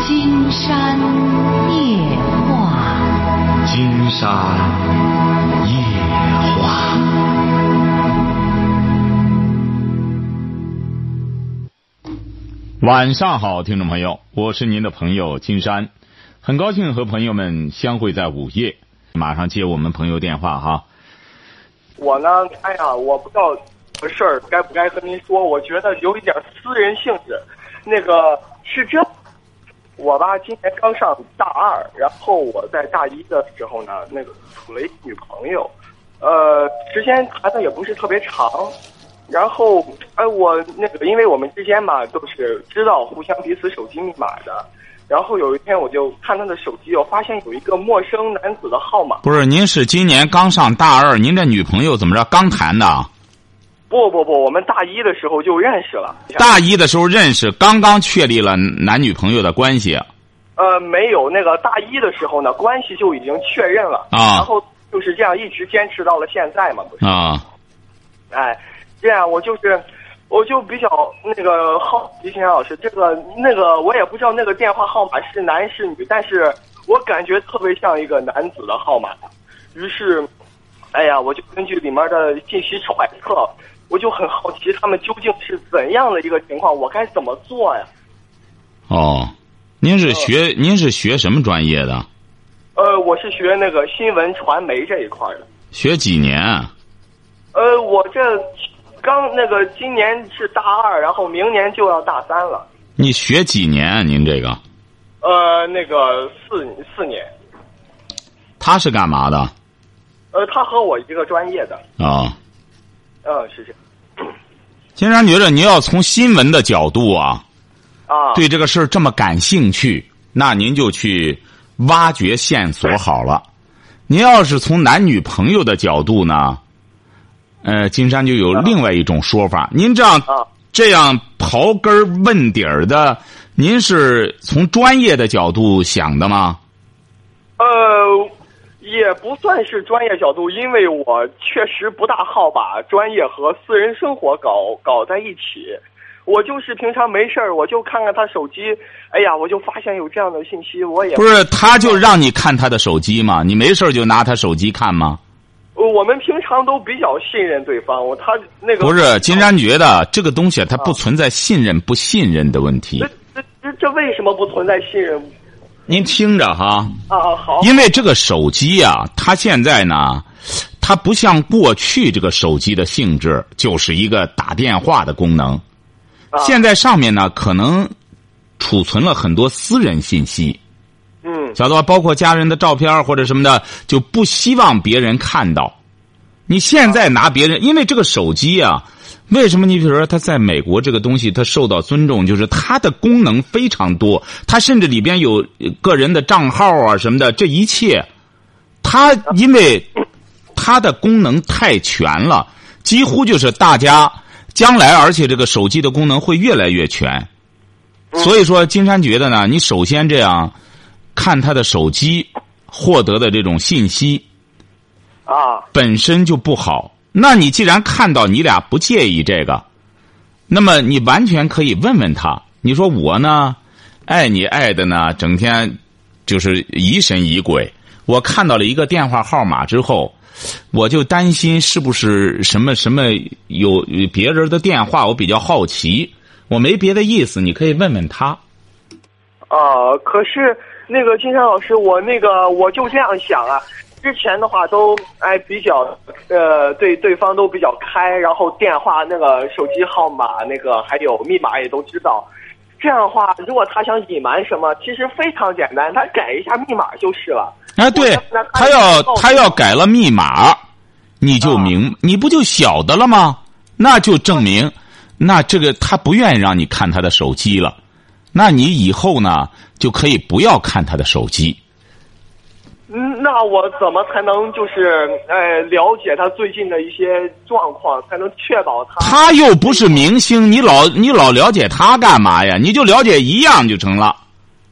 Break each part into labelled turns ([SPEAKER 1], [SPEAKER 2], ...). [SPEAKER 1] 金山夜话，
[SPEAKER 2] 金山夜话。晚上好，听众朋友，我是您的朋友金山，很高兴和朋友们相会在午夜。马上接我们朋友电话哈。
[SPEAKER 3] 我呢，哎呀，我不知道什么事儿该不该跟您说，我觉得有一点私人性质。那个是这，我吧今年刚上大二，然后我在大一的时候呢，那个处了一女朋友，呃，时间谈的也不是特别长。然后，哎，我那个，因为我们之间嘛都是知道互相彼此手机密码的。然后有一天，我就看他的手机，我发现有一个陌生男子的号码。
[SPEAKER 2] 不是，您是今年刚上大二，您这女朋友怎么着刚谈的啊？
[SPEAKER 3] 不不不，我们大一的时候就认识了。
[SPEAKER 2] 大一的时候认识，刚刚确立了男女朋友的关系。啊
[SPEAKER 3] 呃，没有那个大一的时候呢，关系就已经确认了。
[SPEAKER 2] 啊
[SPEAKER 3] 然后就是这样一直坚持到了现在嘛，不是？
[SPEAKER 2] 啊，
[SPEAKER 3] 哎，这样我就是，我就比较那个好奇，秦老师，这个那个我也不知道那个电话号码是男是女，但是我感觉特别像一个男子的号码。于是，哎呀，我就根据里面的信息揣测，我就很好奇他们究竟是怎样的一个情况，我该怎么做呀？
[SPEAKER 2] 哦，您是学您是学什么专业的？
[SPEAKER 3] 呃，我是学那个新闻传媒这一块的。
[SPEAKER 2] 学几年啊？
[SPEAKER 3] 呃，我这刚那个今年是大二，然后明年就要大三了。
[SPEAKER 2] 你学几年啊？您这个
[SPEAKER 3] 呃，那个四四年，
[SPEAKER 2] 他是干嘛的啊、
[SPEAKER 3] 呃，他和我一个专业的，
[SPEAKER 2] 哦？
[SPEAKER 3] 嗯，是这样
[SPEAKER 2] 金山觉得您要从新闻的角度啊，
[SPEAKER 3] 啊，
[SPEAKER 2] 对这个事儿这么感兴趣，那您就去挖掘线索好了。您要是从男女朋友的角度呢，呃，金山就有另外一种说法。您这样
[SPEAKER 3] 啊，
[SPEAKER 2] 这样刨根儿问底儿的，您是从专业的角度想的吗？
[SPEAKER 3] 呃，也不算是专业角度，因为我确实不大好把专业和私人生活搞搞在一起。我就是平常没事儿，我就看看他手机，哎呀，我就发现有这样的信息，我也
[SPEAKER 2] 不是，他就让你看他的手机吗？你没事儿就拿他手机看吗？
[SPEAKER 3] 呃我们平常都比较信任对方，我他那个啊
[SPEAKER 2] 不是，金山觉得这个东西啊它不存在信任不信任的问题
[SPEAKER 3] 这。这这这为什么不存在信任
[SPEAKER 2] 您听着哈，
[SPEAKER 3] 啊？好，
[SPEAKER 2] 因为这个手机啊，它现在呢，它不像过去这个手机的性质就是一个打电话的功能，
[SPEAKER 3] 啊
[SPEAKER 2] 现在上面呢可能储存了很多私人信息，
[SPEAKER 3] 嗯
[SPEAKER 2] 晓得吧？啊包括家人的照片儿或者什么的，就不希望别人看到。你现在拿别人，因为这个手机啊，为什么你比如说它在美国这个东西它受到尊重，就是它的功能非常多，它甚至里边有呃个人的账号啊什么的，这一切，它因为它的功能太全了，几乎就是大家将来，而且这个手机的功能会越来越全。所以说，金山觉得呢，你首先这样看他的手机获得的这种信息
[SPEAKER 3] 啊
[SPEAKER 2] 本身就不好。那你既然看到你俩不介意这个，那么你完全可以问问他，你说我呢，爱你爱的呢，整天就是疑神疑鬼。我看到了一个电话号码之后，我就担心是不是什么什么有别人的电话，我比较好奇。我没别的意思，你可以问问他。
[SPEAKER 3] 啊！可是那个金山老师，我那个我就这样想啊，之前的话都哎比较呃对对方都比较开，然后电话那个手机号码那个还有密码也都知道。这样的话，如果他想隐瞒什么，其实非常简单，他改一下密码就是了。
[SPEAKER 2] 哎，对
[SPEAKER 3] 我那那
[SPEAKER 2] 他
[SPEAKER 3] 他
[SPEAKER 2] 要
[SPEAKER 3] 就
[SPEAKER 2] 他要改了密码，你就明、你不就晓得了吗？那就证明，那这个他不愿意让你看他的手机了，那你以后呢就可以不要看他的手机。
[SPEAKER 3] 嗯，那我怎么才能就是呃了解他最近的一些状况，才能确保他？
[SPEAKER 2] 他又不是明星，你老你老了解他干嘛呀？你就了解一样就成了。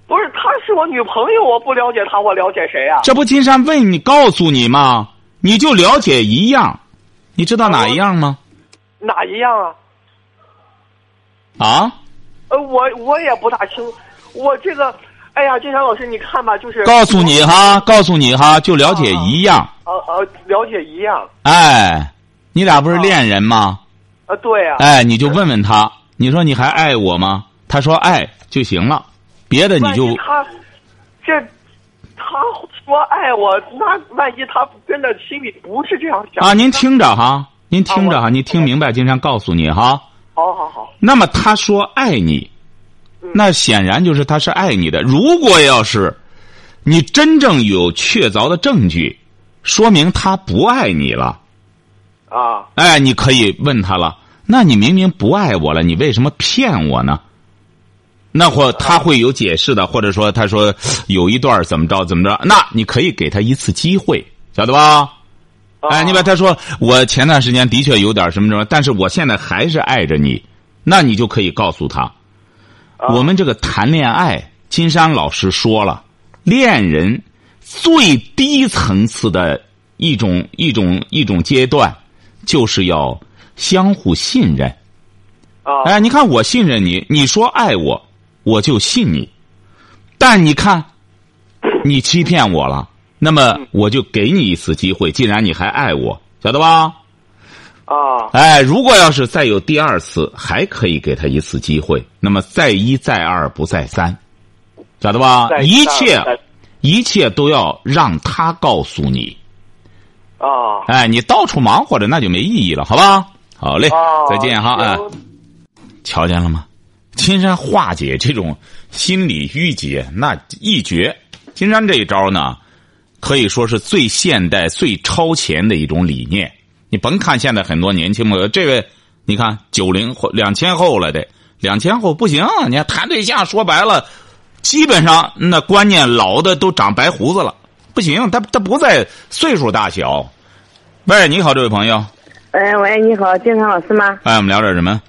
[SPEAKER 3] 不是，她是我女朋友，我不了解她，我了解谁啊？
[SPEAKER 2] 这不金山问你告诉你吗？你就了解一样，你知道哪一样吗？
[SPEAKER 3] 哪一样啊？
[SPEAKER 2] 啊？
[SPEAKER 3] 呃，我我也不大清，我这个，哎呀，金山老师，你看吧，就是
[SPEAKER 2] 告诉你哈，告诉你哈，就了解一样。
[SPEAKER 3] 呃呃，了解一样。
[SPEAKER 2] 哎，你俩不是恋人吗？
[SPEAKER 3] 呃，对啊，
[SPEAKER 2] 哎，你就问问他，你说你还爱我吗？他说爱就行了，别的你
[SPEAKER 3] 万
[SPEAKER 2] 就
[SPEAKER 3] 一他这他说爱我，那万一他真的心里不是这样想
[SPEAKER 2] 啊，您
[SPEAKER 3] 那
[SPEAKER 2] 听着哈，您听着
[SPEAKER 3] 啊
[SPEAKER 2] 哈，
[SPEAKER 3] 我
[SPEAKER 2] 您听明白，经常告诉你哈。
[SPEAKER 3] 好好好，
[SPEAKER 2] 那么他说爱你，
[SPEAKER 3] 嗯
[SPEAKER 2] 那显然就是他是爱你的。如果要是你真正有确凿的证据，说明他不爱你了，
[SPEAKER 3] 啊，
[SPEAKER 2] 哎，你可以问他了。那你明明不爱我了，你为什么骗我呢？那或他会有解释的，或者说他说有一段怎么着怎么着，那你可以给他一次机会，晓得吧？
[SPEAKER 3] 啊
[SPEAKER 2] 哎，你把他说，我前段时间的确有点什么什么，但是我现在还是爱着你，那你就可以告诉他，我们这个谈恋爱，金山老师说了，恋人最低层次的一种一种一种阶段，就是要相互信任。
[SPEAKER 3] 啊
[SPEAKER 2] 哎，你看我信任你，你说爱我，我就信你。但你看，你欺骗我了，那么我就给你一次机会。既然你还爱我，晓得吧？
[SPEAKER 3] 啊
[SPEAKER 2] 哎，如果要是再有第二次，还可以给他一次机会。那么再一再二不再三，晓得吧？
[SPEAKER 3] 在
[SPEAKER 2] 一
[SPEAKER 3] 那
[SPEAKER 2] 切
[SPEAKER 3] 在
[SPEAKER 2] 一切都要让他告诉你。
[SPEAKER 3] 啊
[SPEAKER 2] 哎，你到处忙活着，那就没意义了，好吧？好嘞，
[SPEAKER 3] 啊，
[SPEAKER 2] 再见哈，哎
[SPEAKER 3] 行。
[SPEAKER 2] 瞧见了吗？金山化解这种心理郁结，那一绝。金山这一招呢，可以说是最现代、最超前的一种理念。你甭看现在很多年轻朋友，这位你看九零后、两千后了的，两千后不行，你看谈对象，说白了，基本上那观念老的都长白胡子了，不行，他他不在岁数大小。喂，你好，这位朋友，
[SPEAKER 4] 哎，喂，你好，金山老师吗？
[SPEAKER 2] 哎，我们聊点什么？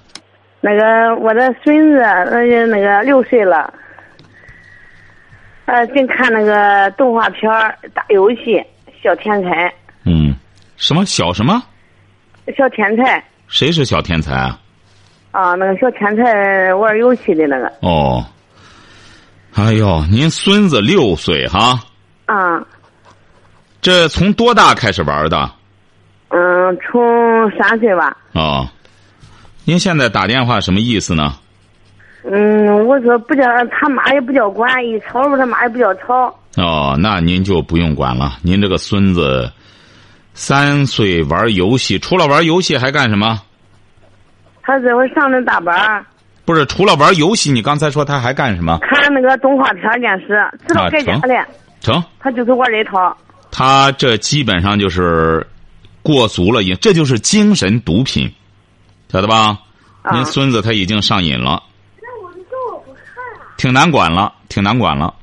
[SPEAKER 4] 那个我的孙子，那就那个六岁了，呃，净看那个动画片儿、打游戏，小天才，
[SPEAKER 2] 嗯，什么小什么？
[SPEAKER 4] 小天才
[SPEAKER 2] 谁是小天才啊？
[SPEAKER 4] 啊，那个小天才玩游戏的那个
[SPEAKER 2] 哦，哎呦，您孙子六岁哈，
[SPEAKER 4] 啊，
[SPEAKER 2] 这从多大开始玩的？
[SPEAKER 4] 嗯，从三岁吧，
[SPEAKER 2] 哦，您现在打电话什么意思呢？
[SPEAKER 4] 嗯，我说不叫他妈也不叫管，一吵吧他妈也不叫吵，
[SPEAKER 2] 哦，那您就不用管了。您这个孙子三岁玩游戏，除了玩游戏还干什么？
[SPEAKER 4] 他这会上那大班儿
[SPEAKER 2] 不是，除了玩游戏，你刚才说他还干什么？
[SPEAKER 4] 看那个动画片儿电视，知道
[SPEAKER 2] 啊
[SPEAKER 4] 该家
[SPEAKER 2] 成
[SPEAKER 4] 了，
[SPEAKER 2] 成，
[SPEAKER 4] 他就是玩这套，
[SPEAKER 2] 他这基本上就是过足了瘾，这就是精神毒品，晓得吧？
[SPEAKER 4] 啊
[SPEAKER 2] 您孙子他已经上瘾了。挺难管了，挺难管了。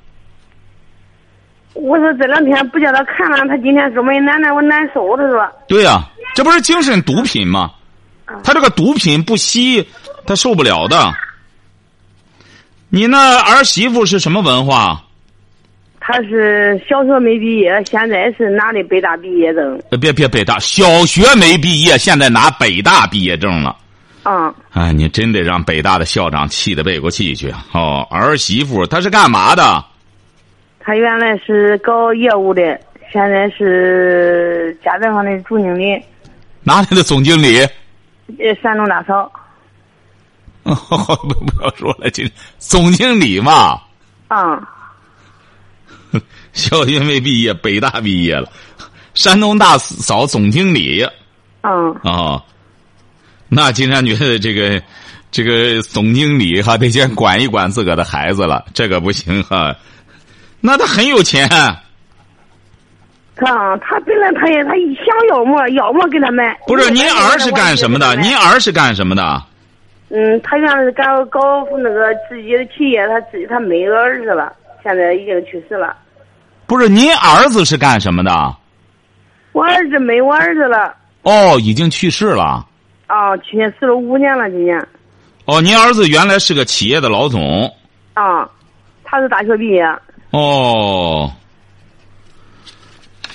[SPEAKER 4] 我说这两天不叫他看了，他今天说没奶奶，我难受。他说
[SPEAKER 2] 对呀、这不是精神毒品吗？他这个毒品不吸，他受不了的。你那儿媳妇是什么文化？
[SPEAKER 4] 他是小学没毕业，现在是拿的北大毕业证。
[SPEAKER 2] 呃别别北大，小学没毕业，现在拿北大毕业证了。
[SPEAKER 4] 嗯，
[SPEAKER 2] 哎，你真得让北大的校长气得背过气去啊哦！儿媳妇她是干嘛的？
[SPEAKER 4] 他原来是搞业务的，现在是家政上的主经理，
[SPEAKER 2] 哪里的总经理？
[SPEAKER 4] 呃，山东大嫂。
[SPEAKER 2] 哦不不要说了，这总经理嘛。
[SPEAKER 4] 嗯，
[SPEAKER 2] 小学没毕业，北大毕业了， 山东大嫂总经理啊、啊
[SPEAKER 4] 嗯，
[SPEAKER 2] 那金山觉得这个这个总经理哈得先管一管自个儿的孩子了，这个不行哈。那他很有钱，啊
[SPEAKER 4] 他他本来他也他一想要么要么给他买。
[SPEAKER 2] 不是？您儿是干什么的？
[SPEAKER 4] 我也给
[SPEAKER 2] 您
[SPEAKER 4] 他买
[SPEAKER 2] 儿是干什么的？
[SPEAKER 4] 嗯，他原来是搞搞那个自己的企业，他自己他没个儿子了，现在已经去世了。
[SPEAKER 2] 不是，您儿子是干什么的？
[SPEAKER 4] 我儿子没我儿子了。
[SPEAKER 2] 哦，已经去世了。
[SPEAKER 4] 啊，去年死了五年了，今年
[SPEAKER 2] 哦，您儿子原来是个企业的老总。
[SPEAKER 4] 啊，他是大学毕业，
[SPEAKER 2] 哦，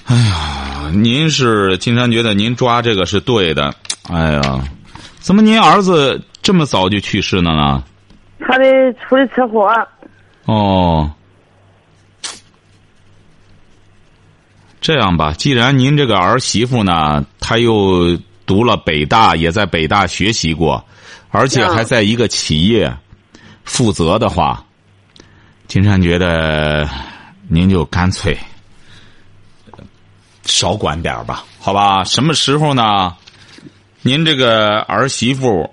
[SPEAKER 2] 哎呀，您是金山觉得您抓这个是对的。哎呀，怎么您儿子这么早就去世了呢？
[SPEAKER 4] 他的出的车祸，
[SPEAKER 2] 哦，这样吧，既然您这个儿媳妇呢，她又读了北大，也在北大学习过，而且
[SPEAKER 4] 嗯
[SPEAKER 2] 还在一个企业负责的话，金山觉得您就干脆少管点儿吧，好吧？什么时候呢？您这个儿媳妇，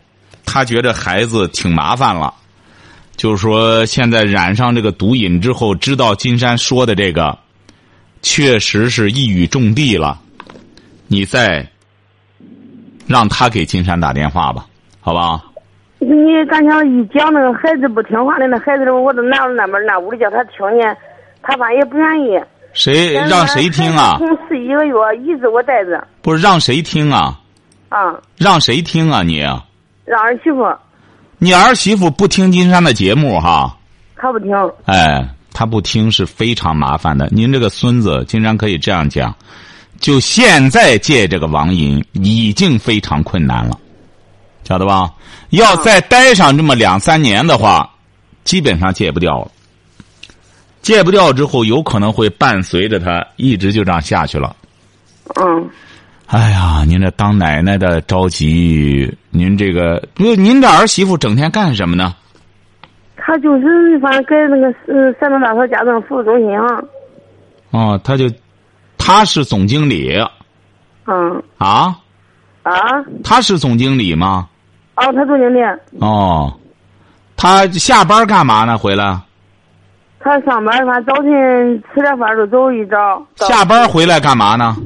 [SPEAKER 2] 她觉得孩子挺麻烦了，就是说现在染上这个毒瘾之后，知道金山说的这个，确实是一语中的了。你再让他给金山打电话吧，好吧？
[SPEAKER 4] 你刚才一讲那个孩子不听话的那孩子，我都拿那边那屋里叫他听呢，他吧也不愿意。
[SPEAKER 2] 谁让谁听啊？
[SPEAKER 4] 从十一个月一直我带着，
[SPEAKER 2] 不是让谁听啊？
[SPEAKER 4] 啊，
[SPEAKER 2] 让谁听啊你？
[SPEAKER 4] 让儿媳妇
[SPEAKER 2] 你儿媳妇不听金山的节目哈？
[SPEAKER 4] 她不听，
[SPEAKER 2] 哎，她不听是非常麻烦的。您这个孙子，金山可以这样讲，就现在戒这个网瘾已经非常困难了，晓得吧？要再待上这么两三年的话，基本上戒不掉了。戒不掉之后，有可能会伴随着他一直就这样下去了。
[SPEAKER 4] 嗯，
[SPEAKER 2] 哎呀，您这当奶奶的着急，您这个不是您这儿媳妇整天干什么呢？
[SPEAKER 4] 她就是反正在那个嗯山东大学家政服务中心啊，
[SPEAKER 2] 哦，她就，她是总经理
[SPEAKER 4] 嗯
[SPEAKER 2] 啊，
[SPEAKER 4] 啊，
[SPEAKER 2] 她是总经理吗？
[SPEAKER 4] 哦，她总经理，
[SPEAKER 2] 哦，她下班干嘛呢？回来
[SPEAKER 4] 她上班反正早晨吃点饭就走一遭，走
[SPEAKER 2] 下班回来干嘛呢？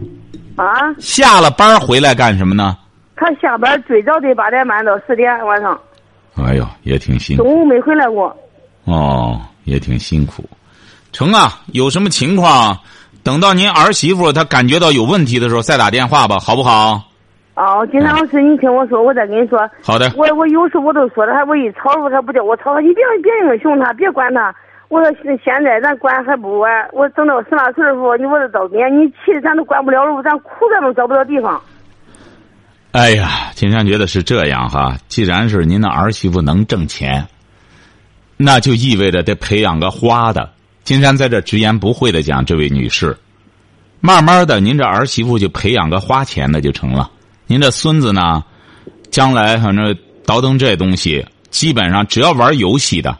[SPEAKER 4] 啊，
[SPEAKER 2] 下了班回来干什么呢？
[SPEAKER 4] 她下班最早得八点半到十点晚上，
[SPEAKER 2] 哎呦，也挺辛
[SPEAKER 4] 中
[SPEAKER 2] 苦
[SPEAKER 4] 午没回来过，
[SPEAKER 2] 哦，也挺辛苦。成啊，有什么情况，等到您儿媳妇她感觉到有问题的时候再打电话吧，好不好？
[SPEAKER 4] 哦，金山老师，你听我说，我再跟你说，
[SPEAKER 2] 好的。
[SPEAKER 4] 我我有时候我都说他，我一吵吵他不叫我吵他，你别别英雄他，别管他。我说现现在咱管还不晚，我等到十八岁的时候，你我都到边，你气的咱都管不了了，咱哭咱都找不着地方。
[SPEAKER 2] 哎呀，金山觉得是这样哈。既然是您的儿媳妇能挣钱，那就意味着得培养个花的。金山在这直言不讳的讲，这位女士，慢慢的，您这儿媳妇就培养个花钱的就成了。您这孙子呢，将来反正倒腾这东西，基本上只要玩游戏的，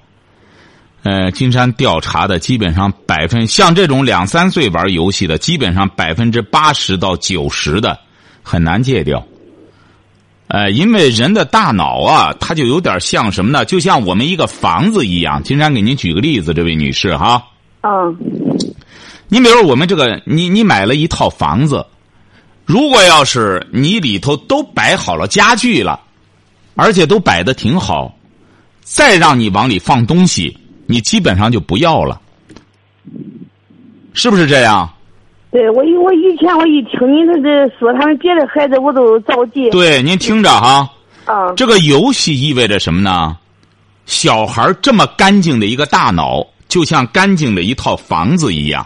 [SPEAKER 2] 呃，金山调查的基本上百分像这种两三岁玩游戏的，基本上百分之八十到九十的很难戒掉。呃，因为人的大脑啊，它就有点像什么呢？就像我们一个房子一样。金山给您举个例子，这位女士哈，
[SPEAKER 4] 嗯
[SPEAKER 2] 你比如我们这个，你你买了一套房子，如果要是你里头都摆好了家具了，而且都摆的挺好，再让你往里放东西，你基本上就不要了，是不是这样？
[SPEAKER 4] 对我以我以前我一听你这这说他们别的孩子，我都着急。
[SPEAKER 2] 对，您听着哈。
[SPEAKER 4] 啊，
[SPEAKER 2] 这个游戏意味着什么呢？小孩儿这么干净的一个大脑，就像干净的一套房子一样。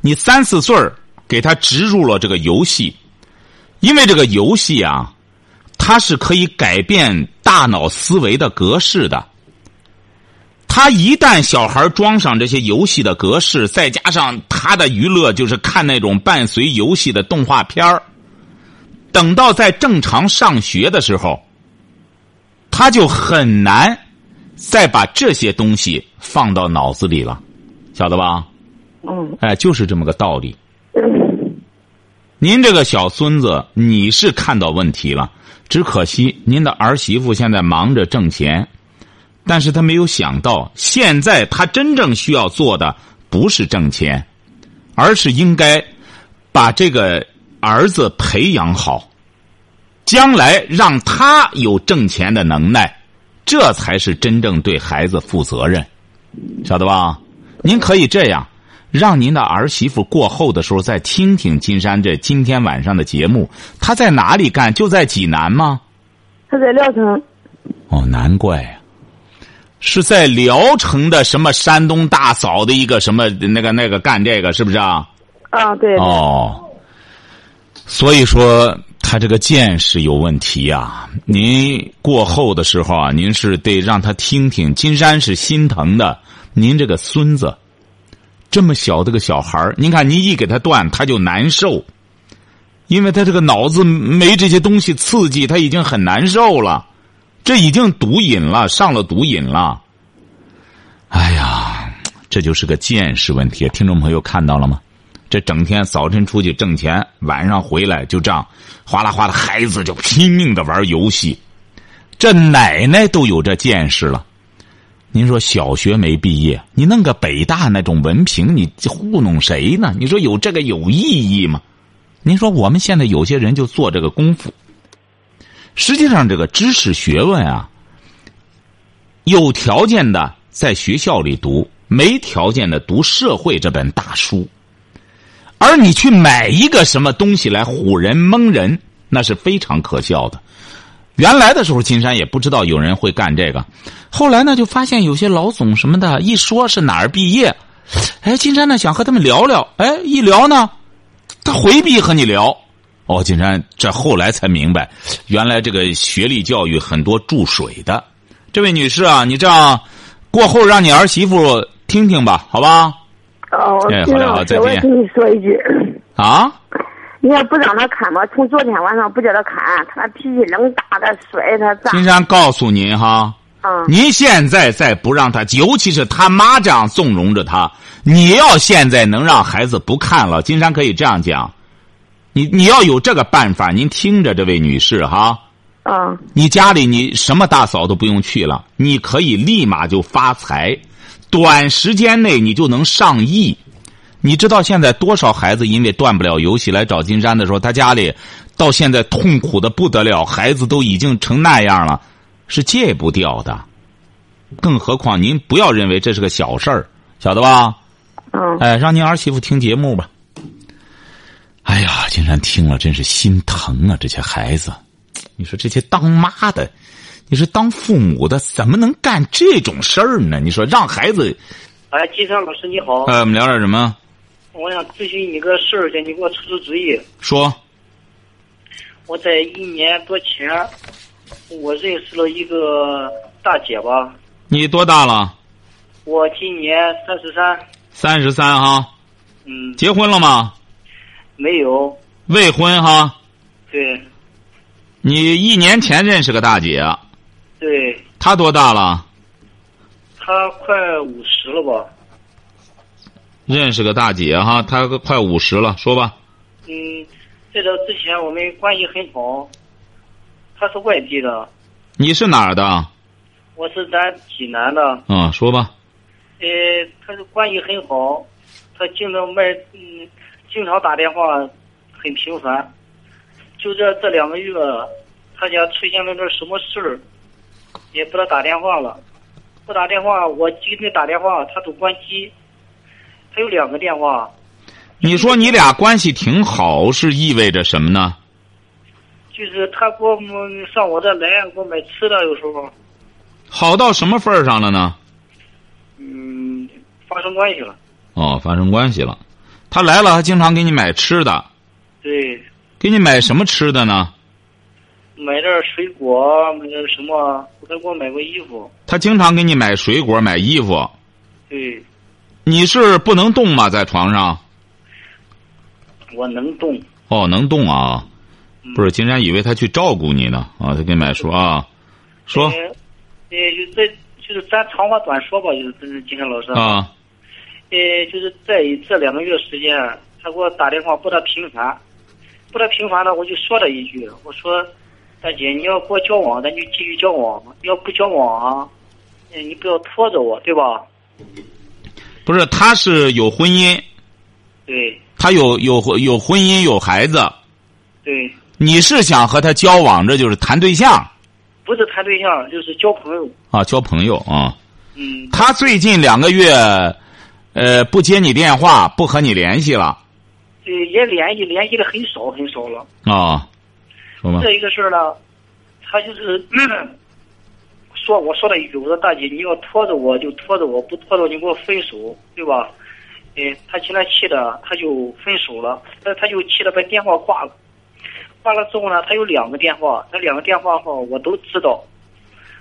[SPEAKER 2] 你三四岁儿给他植入了这个游戏，因为这个游戏啊，它是可以改变大脑思维的格式的。他一旦小孩装上这些游戏的格式，再加上他的娱乐就是看那种伴随游戏的动画片儿，等到在正常上学的时候，他就很难再把这些东西放到脑子里了，晓得吧？
[SPEAKER 4] 嗯
[SPEAKER 2] 哎，就是这么个道理。
[SPEAKER 4] 嗯
[SPEAKER 2] 您这个小孙子，你是看到问题了，只可惜您的儿媳妇现在忙着挣钱，但是她没有想到，现在她真正需要做的不是挣钱，而是应该把这个儿子培养好，将来让他有挣钱的能耐，这才是真正对孩子负责任，晓得吧？您可以这样，让您的儿媳妇过后的时候再听听金山这今天晚上的节目，她在哪里干？就在济南吗？
[SPEAKER 4] 他在聊城，
[SPEAKER 2] 哦，难怪呀、是在聊城的什么山东大嫂的一个什么那个那个干这个是不是啊？
[SPEAKER 4] 啊，对，
[SPEAKER 2] 哦，所以说他这个见识有问题呀、您过后的时候啊，您是得让他听听。金山是心疼的您这个孙子，这么小的个小孩儿您看您一给他断，他就难受，因为他这个脑子没这些东西刺激，他已经很难受了，这已经毒瘾了，上了毒瘾了。哎呀，这就是个见识问题。听众朋友看到了吗？这整天早晨出去挣钱，晚上回来就这样，哗啦哗啦，孩子就拼命的玩游戏。这奶奶都有这见识了，您说小学没毕业，你弄个北大那种文凭，你糊弄谁呢？你说有这个有意义吗？您说我们现在有些人就做这个功夫，实际上这个知识学问啊，有条件的在学校里读，没条件的读《社会》这本大书。而你去买一个什么东西来唬人蒙人，那是非常可笑的。原来的时候，金山也不知道有人会干这个，后来呢，就发现有些老总什么的，一说是哪儿毕业，哎，金山呢想和他们聊聊，哎，一聊呢，他回避和你聊。哦，金山这后来才明白，原来这个学历教育很多注水的。这位女士啊，你这样过后让你儿媳妇听听吧，好吧？
[SPEAKER 4] 哦，
[SPEAKER 2] 哎
[SPEAKER 4] 金
[SPEAKER 2] 好嘞好
[SPEAKER 4] 老
[SPEAKER 2] 再
[SPEAKER 4] 师，我
[SPEAKER 2] 见
[SPEAKER 4] 跟你说一句，
[SPEAKER 2] 啊。
[SPEAKER 4] 你也不让他看吧？从昨天晚上不叫他看，他脾气冷大，他摔他咋？
[SPEAKER 2] 金山告诉您哈，
[SPEAKER 4] 啊、
[SPEAKER 2] 您现在再不让他，尤其是他妈这样纵容着他，你要现在能让孩子不看了，金山可以这样讲，你你要有这个办法，您听着，这位女士哈，
[SPEAKER 4] 啊、
[SPEAKER 2] 你家里你什么大嫂都不用去了，你可以立马就发财，短时间内你就能上亿。你知道现在多少孩子因为断不了游戏来找金山的时候，他家里到现在痛苦的不得了，孩子都已经成那样了，是戒不掉的。更何况您不要认为这是个小事儿，晓得吧？
[SPEAKER 4] 嗯，
[SPEAKER 2] 哎，让您儿媳妇听节目吧。哎呀，金山听了真是心疼啊！这些孩子，你说这些当妈的，你说当父母的，怎么能干这种事儿呢？你说让孩子，
[SPEAKER 5] 哎，金山老师你好，
[SPEAKER 2] 呃，我们聊点什么？
[SPEAKER 5] 我想咨询你个事儿去，你给我出出主意。
[SPEAKER 2] 说
[SPEAKER 5] 我在一年多前，我认识了一个大姐吧，
[SPEAKER 2] 你多大了？
[SPEAKER 5] 我今年三十三，
[SPEAKER 2] 三十三哈，
[SPEAKER 5] 嗯，
[SPEAKER 2] 结婚了吗？
[SPEAKER 5] 没有，
[SPEAKER 2] 未婚哈。
[SPEAKER 5] 对
[SPEAKER 2] 你一年前认识个大姐，
[SPEAKER 5] 对，
[SPEAKER 2] 她多大了？
[SPEAKER 5] 她快五十了吧，
[SPEAKER 2] 认识个大姐哈，她快五十了，说吧。
[SPEAKER 5] 嗯，在这之前我们关系很好，她是外地的，
[SPEAKER 2] 你是哪儿的？
[SPEAKER 5] 我是咱济南的，
[SPEAKER 2] 嗯，说吧。
[SPEAKER 5] 呃，她是关系很好，她经常卖，嗯，经常打电话，很频繁。就这这两个月，她家出现了点什么事儿，也不知道打电话了。不打电话，我今天打电话，她都关机。她有两个电话，
[SPEAKER 2] 你说你俩关系挺好，是意味着什么呢？
[SPEAKER 5] 就是她给我们上我这来，给我买吃的，有时候，
[SPEAKER 2] 好到什么份儿上了呢？
[SPEAKER 5] 嗯，发生关系了。
[SPEAKER 2] 哦，发生关系了。他来了，还经常给你买吃的，
[SPEAKER 5] 对，
[SPEAKER 2] 给你买什么吃的呢？
[SPEAKER 5] 买点水果，买点什么，还给我买过衣服。
[SPEAKER 2] 他经常给你买水果、买衣服。
[SPEAKER 5] 对，
[SPEAKER 2] 你是不能动吗？在床上？
[SPEAKER 5] 我能动。
[SPEAKER 2] 哦，能动啊。不是，金山以为他去照顾你呢啊，他给你买书啊，说
[SPEAKER 5] 呃，呃，就这就是咱长话短说吧，就是这是金山老师。
[SPEAKER 2] 啊，
[SPEAKER 5] 呃，就是在这两个月时间，啊他给我打电话不大频繁，不大频繁呢，我就说了一句，我说，大姐，你要跟我交往，咱就继续交往，要不交往啊，呃你不要拖着我，对吧？
[SPEAKER 2] 不是，他是有婚姻，
[SPEAKER 5] 对
[SPEAKER 2] 他有有有婚姻有孩子，
[SPEAKER 5] 对，
[SPEAKER 2] 你是想和他交往，这就是谈对象
[SPEAKER 5] 不是谈对象，就是交朋友。
[SPEAKER 2] 啊，交朋友啊。
[SPEAKER 5] 嗯，
[SPEAKER 2] 他最近两个月，呃，不接你电话，不和你联系了
[SPEAKER 5] 对，呃也联系联系的很少很少了。
[SPEAKER 2] 啊，说吧，
[SPEAKER 5] 这一个事儿呢，他就是 说我说了一句，我说大姐，你要拖着我就拖着我，不拖着你给我分手，对吧？哎，他现在气的，他就分手了，但是他就气的把电话挂了。挂了之后呢，他有两个电话，那两个电话号我都知道，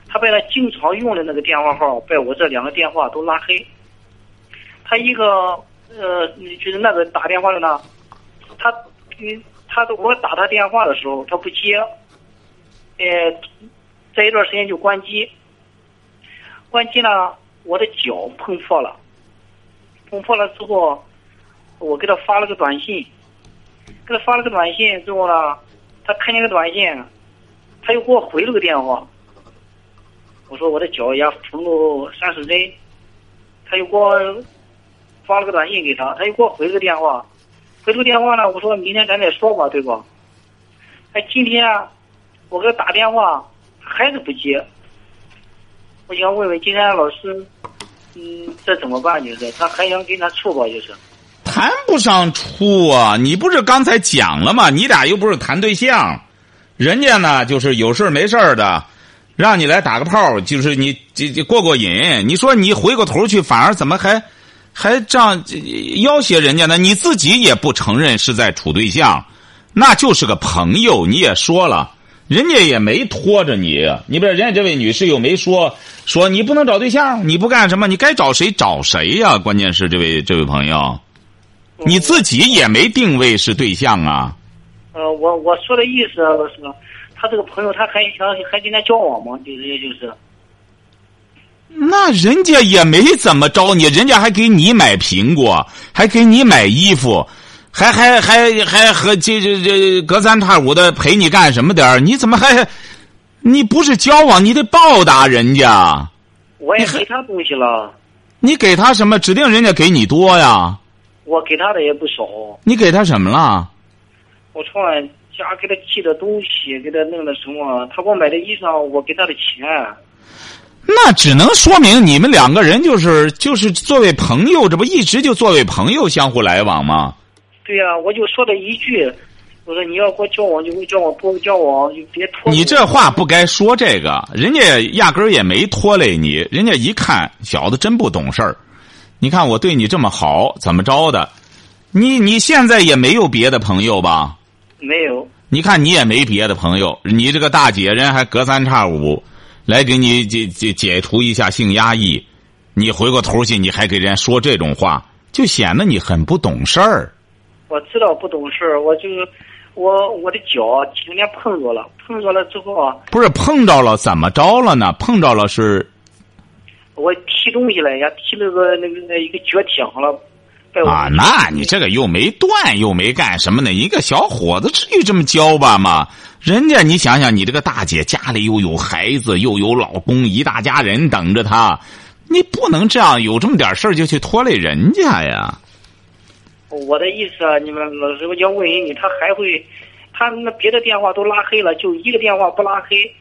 [SPEAKER 5] 他把他经常用的那个电话号，把我这两个电话都拉黑。他一个呃，就是那个打电话的呢，他，嗯他都我打他电话的时候，他不接，呃，在一段时间就关机。关机呢，我的脚碰破了，碰破了之后，我给他发了个短信，给他发了个短信之后呢，他看见个短信，他又给我回了个电话。我说我的脚也缝了三十针，他又给我发了个短信给他，他又给我回了个电话，回了个电话呢，我说明天咱再说吧，对吧？哎，今天我给他打电话，他还是不接。我想问问今天老师，嗯，这怎么办？就是他还想跟他处吧，就是。
[SPEAKER 2] 谈不上处啊！你不是刚才讲了吗？你俩又不是谈对象，人家呢就是有事儿没事儿的，让你来打个炮，就是你这这过过瘾。你说你回过头去，反而怎么还还这样这要挟人家呢？你自己也不承认是在处对象，那就是个朋友。你也说了，人家也没拖着你，你不是人家这位女士又没说说你不能找对象，你不干什么，你该找谁找谁呀、关键是这位这位朋友。你自己也没定位是对象啊？
[SPEAKER 5] 呃，我我说的意思啊老师，他这个朋友他还想还跟他交往吗？就是就是，
[SPEAKER 2] 那人家也没怎么着你，人家还给你买苹果，还给你买衣服，还还还还和这这这隔三差五的陪你干什么点儿？你怎么还？你不是交往，你得报答人家。
[SPEAKER 5] 我也给他东西了，
[SPEAKER 2] 你给他什么，指定人家给你多呀。
[SPEAKER 5] 我给他的也不少，
[SPEAKER 2] 你给他什么了？
[SPEAKER 5] 我从俺家给他寄的东西，给他弄的什么，他给我买的衣裳，我给他的钱。
[SPEAKER 2] 那只能说明你们两个人就是就是作为朋友，这不一直就作为朋友相互来往吗？
[SPEAKER 5] 对呀、我就说了一句，我说你要跟我交往就跟我交往，不交往就别拖。
[SPEAKER 2] 你这话不该说这个，人家压根儿也没拖累你，人家一看小子真不懂事儿。你看我对你这么好，怎么着的？你你现在也没有别的朋友吧？
[SPEAKER 5] 没有，
[SPEAKER 2] 你看你也没别的朋友，你这个大姐人还隔三差五来给你解解解除一下性压抑，你回过头去你还给人家说这种话，就显得你很不懂事儿。
[SPEAKER 5] 我知道不懂事儿，我就是我我的脚前天碰着了，碰着了之后啊，
[SPEAKER 2] 不是碰着了怎么着了呢？碰着了是
[SPEAKER 5] 我踢东西了，也踢了个那个一个脚铁上了，被我
[SPEAKER 2] 啊，那你这个又没断，又没干什么呢？一个小伙子至于这么教吧吗？人家你想想，你这个大姐家里又有孩子，又有老公，一大家人等着她，你不能这样有这么点事儿就去拖累人家呀。
[SPEAKER 5] 我的意思啊，你们老师，我想问一你，他还会，他那别的电话都拉黑了，就一个电话不拉黑，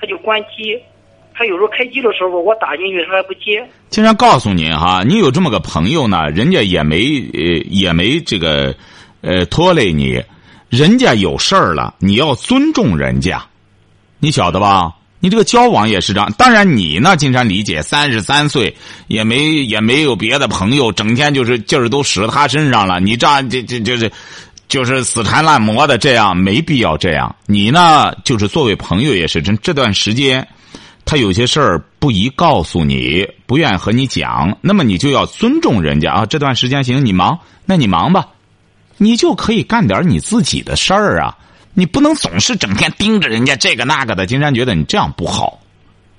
[SPEAKER 5] 他就关机。他有时候开机的时候，我打进去他还不接。
[SPEAKER 2] 经常告诉您哈，你有这么个朋友呢，人家也没呃也没这个呃拖累你，人家有事儿了，你要尊重人家，你晓得吧？你这个交往也是这样。当然你呢，金山理解，三十三岁也没也没有别的朋友，整天就是劲儿都使到他身上了，你这样这这就是。就是死缠烂磨的这样，没必要这样。你呢，就是作为朋友也是，这这段时间，他有些事儿不宜告诉你，不愿和你讲，那么你就要尊重人家啊。这段时间行，你忙，那你忙吧，你就可以干点你自己的事儿啊。你不能总是整天盯着人家这个那个的。金山觉得你这样不好，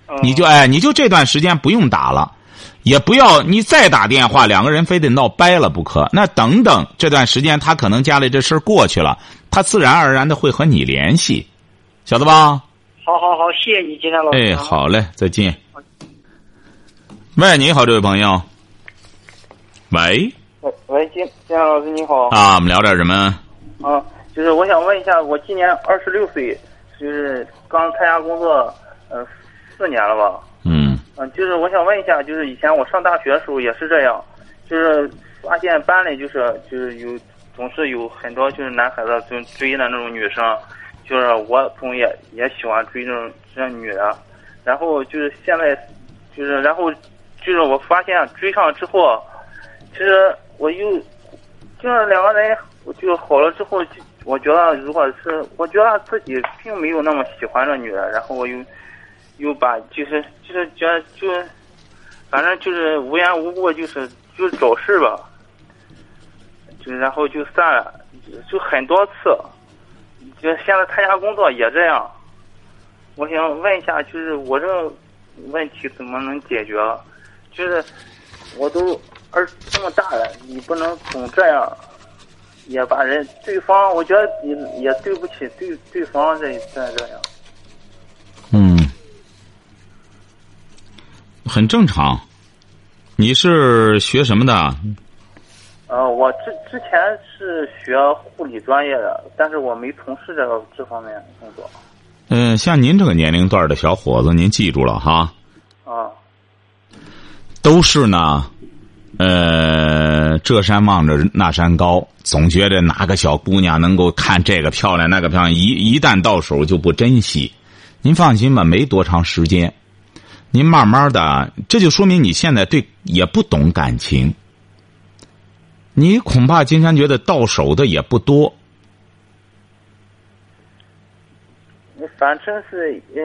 [SPEAKER 5] 呃
[SPEAKER 2] 你就哎，你就这段时间不用打了，也不要你再打电话，两个人非得闹掰了不可。那等等，这段时间他可能家里这事儿过去了，他自然而然的会和你联系，晓得吧？
[SPEAKER 5] 好好好，谢谢你，今天老师。啊
[SPEAKER 2] 哎，好嘞，再见。喂，你好，这位朋友。喂，
[SPEAKER 6] 喂喂，金金山老师你好啊
[SPEAKER 2] 啊，我们聊点什么？
[SPEAKER 6] 就是我想问一下，我今年二十六岁，就是刚参加工作，呃，四年了吧？
[SPEAKER 2] 嗯，
[SPEAKER 6] 嗯、就是我想问一下，就是以前我上大学的时候也是这样，就是发现班里就是就是有总是有很多就是男孩子就追的那种女生，就是我总也也喜欢追那种这样女的，然后就是现在就是然后就是我发现追上之后，其实我又就是两个人就好了之后，就我觉得如果是我觉得自己并没有那么喜欢这女的，然后我又又把就是就是觉得就是反正就是无缘无故就是就是找事吧，就然后就散了，就很多次，就现在参加工作也这样。我想问一下，就是我这个问题怎么能解决？就是我都二这么大了，你不能总这样，也把人对方，我觉得也也对不起对对方这这这样。
[SPEAKER 2] 嗯，很正常。你是学什么的？
[SPEAKER 6] 呃，我之之前是学护理专业的，但是我没从事这个这方面的工作。
[SPEAKER 2] 嗯，像您这个年龄段的小伙子，您记住了哈，
[SPEAKER 6] 啊，
[SPEAKER 2] 都是呢，呃，这山望着那山高，总觉得哪个小姑娘能够看这个漂亮那个漂亮，一一旦到手就不珍惜。您放心吧，没多长时间，您慢慢的，这就说明你现在对也不懂感情。你恐怕金山觉得到手的也不多，
[SPEAKER 6] 反正是呃，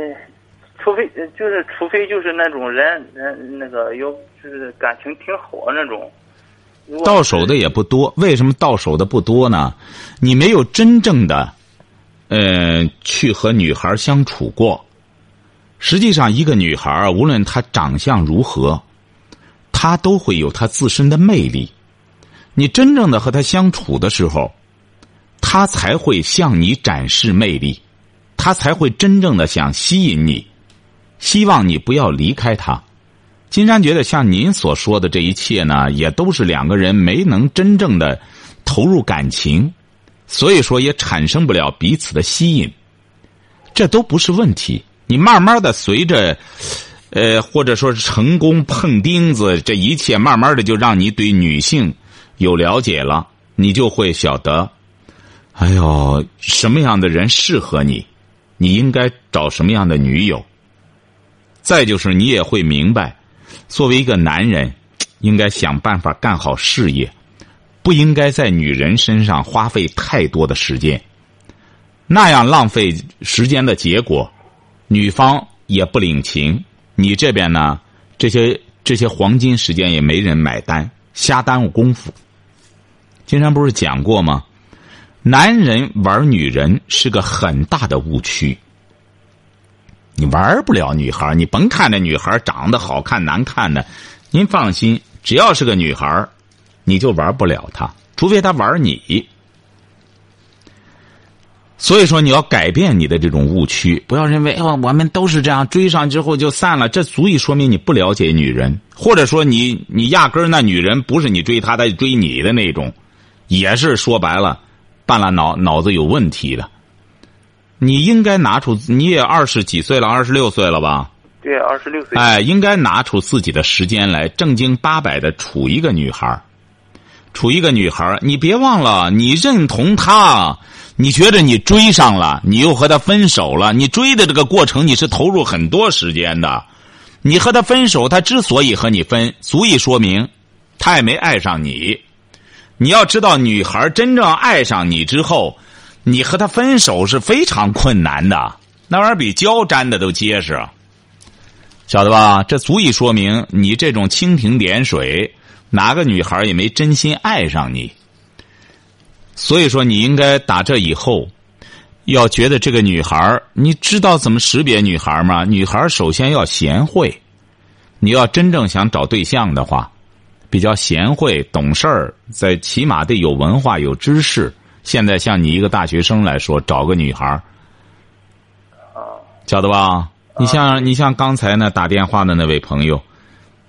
[SPEAKER 6] 除非呃就是除非就是那种人人那个有就是感情挺好的那种，如果
[SPEAKER 2] 到手的也不多。为什么到手的不多呢？你没有真正的，呃，去和女孩相处过。实际上，一个女孩无论她长相如何，她都会有她自身的魅力。你真正的和她相处的时候，她才会向你展示魅力，她才会真正的想吸引你，希望你不要离开她。金山觉得，像您所说的这一切呢，也都是两个人没能真正的投入感情，所以说也产生不了彼此的吸引，这都不是问题。你慢慢的随着，呃，或者说是成功碰钉子，这一切慢慢的就让你对女性有了解了，你就会晓得，哎呦，什么样的人适合你，你应该找什么样的女友。再就是你也会明白，作为一个男人，应该想办法干好事业，不应该在女人身上花费太多的时间，那样浪费时间的结果，女方也不领情，你这边呢，这些这些黄金时间也没人买单，瞎耽误功夫。金山不是讲过吗？男人玩女人是个很大的误区。你玩不了女孩儿，你甭看这女孩儿长得好看难看的，您放心，只要是个女孩儿，你就玩不了她，除非她玩你。所以说，你要改变你的这种误区，不要认为哦，我们都是这样，追上之后就散了，这足以说明你不了解女人，或者说你你压根儿那女人不是你追她，她就追你的那种，也是说白了，半拉脑脑子有问题的。你应该拿出，你也二十几岁了，二十六岁了吧？
[SPEAKER 6] 对二十六岁，
[SPEAKER 2] 哎，应该拿出自己的时间来正经八百的处一个女孩儿处一个女孩儿你别忘了，你认同她，你觉得你追上了，你又和她分手了，你追的这个过程你是投入很多时间的，你和她分手，她之所以和你分，足以说明她也没爱上你。你要知道，女孩儿真正爱上你之后，你和她分手是非常困难的，那玩意儿比胶粘的都结实。晓得吧？这足以说明你这种蜻蜓点水，哪个女孩也没真心爱上你。所以说，你应该打这以后，要觉得这个女孩儿，你知道怎么识别女孩儿吗？女孩儿首先要贤惠，你要真正想找对象的话，比较贤惠、懂事儿，在起码得有文化、有知识。现在像你一个大学生来说，找个女孩儿，晓得吧？你像你像刚才呢打电话的那位朋友，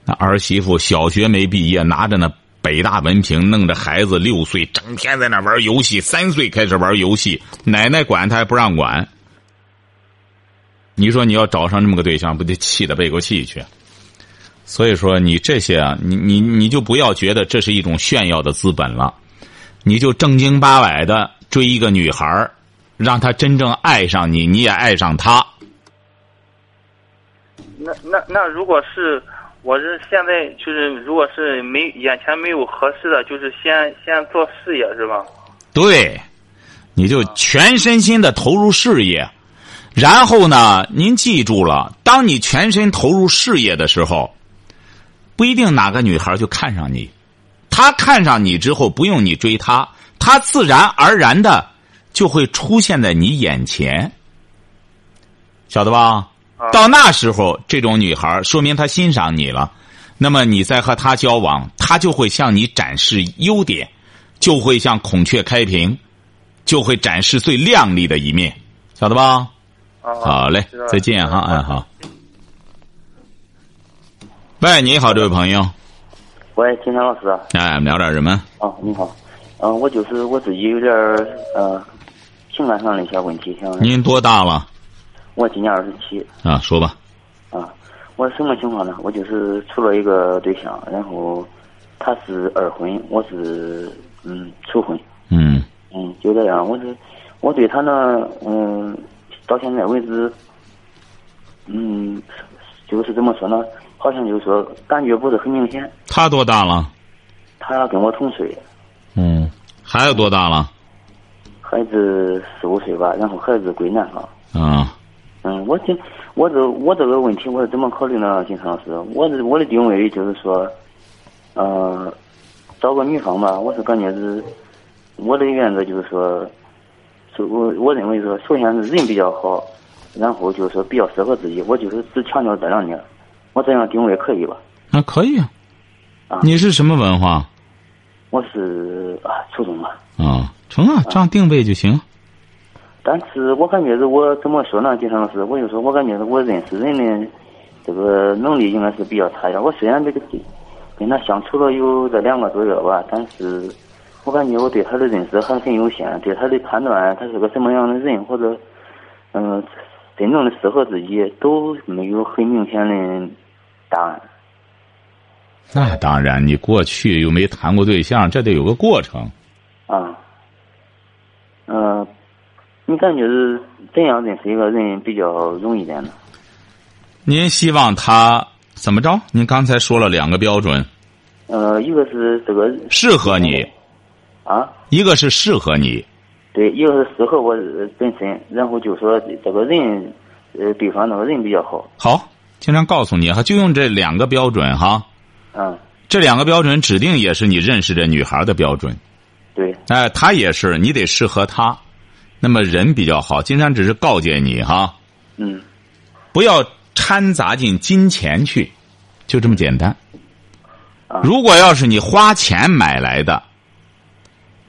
[SPEAKER 2] 那儿媳妇小学没毕业，拿着那北大文凭，弄着孩子六岁，整天在那玩游戏，三岁开始玩游戏，奶奶管他还不让管。你说你要找上这么个对象，不得气得背过气去？所以说，你这些啊，你你你就不要觉得这是一种炫耀的资本了，你就正经八百的追一个女孩儿让她真正爱上你，你也爱上她。
[SPEAKER 6] 那那那如果是我是现在就是如果是没眼前没有合适的，就是先先做事业是吧？
[SPEAKER 2] 对，你就全身心的投入事业，然后呢，您记住了，当你全身投入事业的时候，不一定哪个女孩就看上你，他看上你之后，不用你追他，他自然而然的就会出现在你眼前，晓得吧？到那时候，这种女孩说明她欣赏你了，那么你在和她交往，她就会向你展示优点，就会像孔雀开屏，就会展示最亮丽的一面，晓得吧？
[SPEAKER 6] 啊，
[SPEAKER 2] 好嘞
[SPEAKER 6] 知道，了
[SPEAKER 2] 再见哈，哎好。喂，你好，这位朋友，
[SPEAKER 7] 喂，金山老师啊，
[SPEAKER 2] 哎，我们聊点什么？
[SPEAKER 7] 哦，你好，嗯、我就是我自己有点儿呃情感上的一些问题，想
[SPEAKER 2] 您多大了？
[SPEAKER 7] 我今年二十七
[SPEAKER 2] 啊，说吧。
[SPEAKER 7] 啊，我什么情况呢？我就是处了一个对象，然后他是二婚，我是嗯初婚，
[SPEAKER 2] 嗯
[SPEAKER 7] 嗯就这样，我是我对他呢，嗯，到现在为止，嗯，就是怎么说呢？好像就是说感觉不是很明显，
[SPEAKER 2] 他多大了？
[SPEAKER 7] 他跟我同岁，
[SPEAKER 2] 嗯，还有多大了？
[SPEAKER 7] 孩子四五岁吧，然后孩子归男方。
[SPEAKER 2] 啊，
[SPEAKER 7] 嗯，我这我这我这个问题我是怎么考虑呢，金山老师？我的我的定位就是说，呃，找个女方吧，我是感觉是我的原则就是说，是我我认为说，首先是人比较好，然后就是说比较适合自己，我就是只强调这两点，我这样定位可以吧？
[SPEAKER 2] 那可以啊
[SPEAKER 7] 啊。
[SPEAKER 2] 你是什么文化？
[SPEAKER 7] 我是啊初中吧，
[SPEAKER 2] 啊，成啊，这样定位就行。
[SPEAKER 7] 但是我感觉是我怎么说呢，金山老师，我就说我感觉是我认识人的这个能力应该是比较差一点。我虽然这个跟他相处了有这两个多月吧，但是我感觉我对他的认识还很有限，对他的判断啊他是个什么样的人或者嗯、真正的适合自己都没有很明显的答案。
[SPEAKER 2] 那当然，你过去又没谈过对象，这得有个过程。
[SPEAKER 7] 啊，嗯，你感觉是怎样认识一个人比较容易点呢？
[SPEAKER 2] 您希望他怎么着？您刚才说了两个标准，
[SPEAKER 7] 呃，一个是这个
[SPEAKER 2] 适合你，
[SPEAKER 7] 啊，
[SPEAKER 2] 一个是适合你。
[SPEAKER 7] 对，一个是适合我呃本身，然后就说这个人，呃，对方那个人比较好，
[SPEAKER 2] 好，经常告诉你哈，就用这两个标准哈。
[SPEAKER 7] 嗯，
[SPEAKER 2] 这两个标准指定也是你认识这女孩的标准。
[SPEAKER 7] 对，
[SPEAKER 2] 哎，她也是，你得适合她。那么人比较好，金山只是告诫你哈，
[SPEAKER 7] 嗯，
[SPEAKER 2] 不要掺杂进金钱去，就这么简单
[SPEAKER 7] 啊。
[SPEAKER 2] 如果要是你花钱买来的，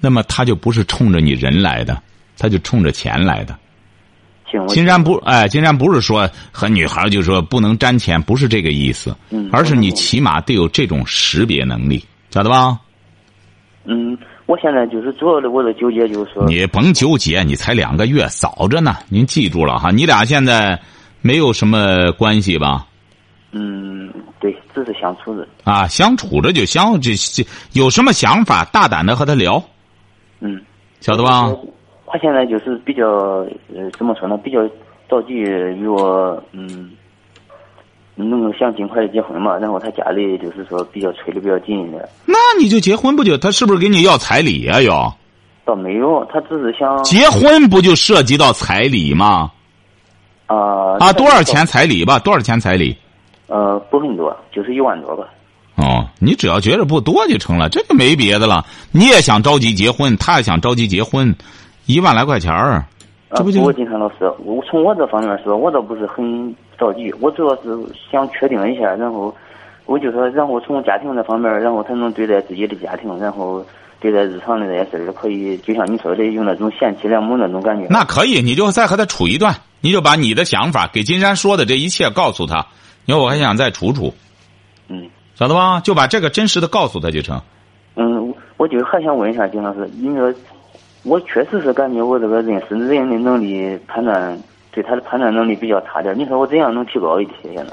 [SPEAKER 2] 那么他就不是冲着你人来的，他就冲着钱来的。
[SPEAKER 7] 行，我
[SPEAKER 2] 金山不，哎，金山不是说和女孩就说不能沾钱，不是这个意思，
[SPEAKER 7] 嗯
[SPEAKER 2] 而是你起码得有这种识别能力，晓得吧？
[SPEAKER 7] 嗯，我现在就是主要的我的纠结就是说，
[SPEAKER 2] 你甭纠结，你才两个月，早着呢。您记住了哈，你俩现在没有什么关系吧？
[SPEAKER 7] 嗯，对，只是相处的，
[SPEAKER 2] 啊，相处着就相，这这有什么想法，大胆的和他聊，
[SPEAKER 7] 嗯，
[SPEAKER 2] 晓得吧？
[SPEAKER 7] 我现在就是比较，呃，怎么说呢，比较着急与我，嗯，能够想尽快的结婚嘛，然后他家里就是说比较催的比较紧一点，
[SPEAKER 2] 那你就结婚不就？他是不是给你要彩礼呀、要
[SPEAKER 7] 倒没有，他只是想
[SPEAKER 2] 结婚不就涉及到彩礼吗？
[SPEAKER 7] 啊
[SPEAKER 2] 啊，多少钱？彩礼吧？多少钱彩礼？
[SPEAKER 7] 呃，不很多，就是一万多吧。
[SPEAKER 2] 哦，你只要觉着不多就成了，这就没别的了。你也想着急结婚，他也想着急结婚，一万来块钱儿，
[SPEAKER 7] 啊，
[SPEAKER 2] 这不就
[SPEAKER 7] 过金山老师，我从我这方面说，我倒不是很着急，我主要是想确定一下，然后我就说，然后从家庭这方面，然后他能对待自己的家庭，然后对待日常的这些事儿，可以就像你说的，有那种贤妻良母那种感觉。
[SPEAKER 2] 那可以，你就再和他处一段，你就把你的想法给金山说的这一切告诉他。你说我还想再处处，
[SPEAKER 7] 嗯
[SPEAKER 2] 晓得吧？就把这个真实的告诉他就成。
[SPEAKER 7] 嗯，我我就还想问一下金老师，你说我确实是感觉我这个认识人的能力判断，对他的判断能力比较差点儿，你说我怎样能提高一些呢？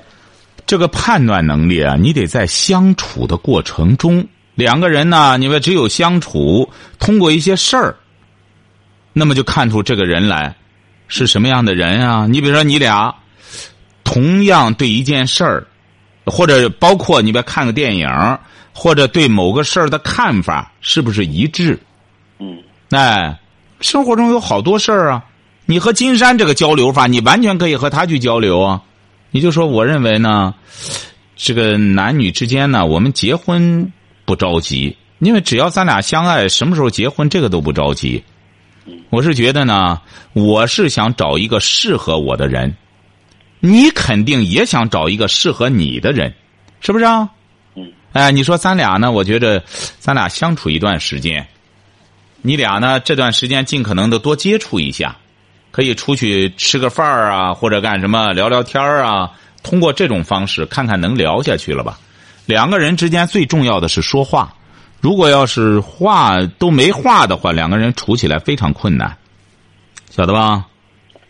[SPEAKER 2] 这个判断能力啊，你得在相处的过程中，两个人呢，你们只有相处，通过一些事儿，那么就看出这个人来是什么样的人啊。 你比如说，你俩同样对一件事儿，或者包括你别看个电影，或者对某个事儿的看法是不是一致？
[SPEAKER 7] 嗯。
[SPEAKER 2] 哎，生活中有好多事儿啊，你和金山这个交流法，你完全可以和他去交流啊。你就说，我认为呢，这个男女之间呢，我们结婚不着急，因为只要咱俩相爱，什么时候结婚这个都不着急。我是觉得呢，我是想找一个适合我的人，你肯定也想找一个适合你的人，是不是啊？
[SPEAKER 7] 嗯。
[SPEAKER 2] 哎，你说咱俩呢？我觉着咱俩相处一段时间，你俩呢这段时间尽可能的多接触一下，可以出去吃个饭儿啊，或者干什么聊聊天儿啊。通过这种方式，看看能聊下去了吧？两个人之间最重要的是说话。如果要是话都没话的话，两个人处起来非常困难，晓得吧？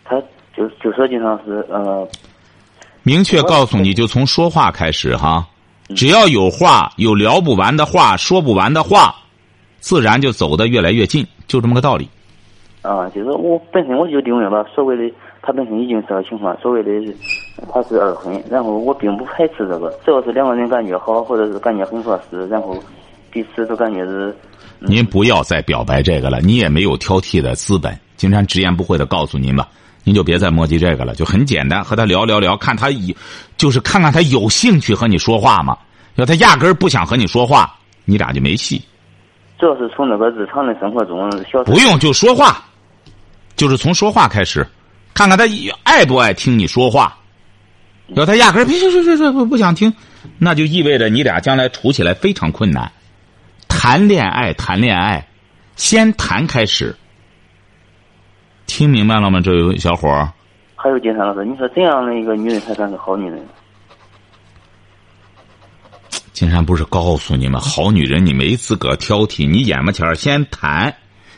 [SPEAKER 7] 他就就说经常是呃，
[SPEAKER 2] 明确告诉你，就从说话开始哈。只要有话，有聊不完的话，说不完的话，自然就走得越来越近，就这么个道理。
[SPEAKER 7] 啊、就是我本身我就认为吧，所谓的他本身已经是个情况，所谓的是他是二婚，然后我并不排斥这个，只要是两个人感觉好，或者是感觉很合适，然后彼此都感觉是
[SPEAKER 2] 您不要再表白这个了，你也没有挑剔的资本。金山直言不讳的告诉您吧，您就别再磨叽这个了，就很简单，和他聊聊聊，看他有，就是看看他有兴趣和你说话吗？要他压根儿不想和你说话，你俩就没戏。
[SPEAKER 7] 主要是从那个日常的生活中消
[SPEAKER 2] 不用就说话，就是从说话开始，看看他爱不爱听你说话。要他压根儿别别别别别不不想听，那就意味着你俩将来处起来非常困难。谈恋爱，谈恋爱，先谈开始。听明白了吗，这位小伙儿？
[SPEAKER 7] 还有金山老师，你说怎样的一个女人才算是好女人？
[SPEAKER 2] 金山不是告诉你们，好女人你没资格挑剔，你眼巴前儿先谈，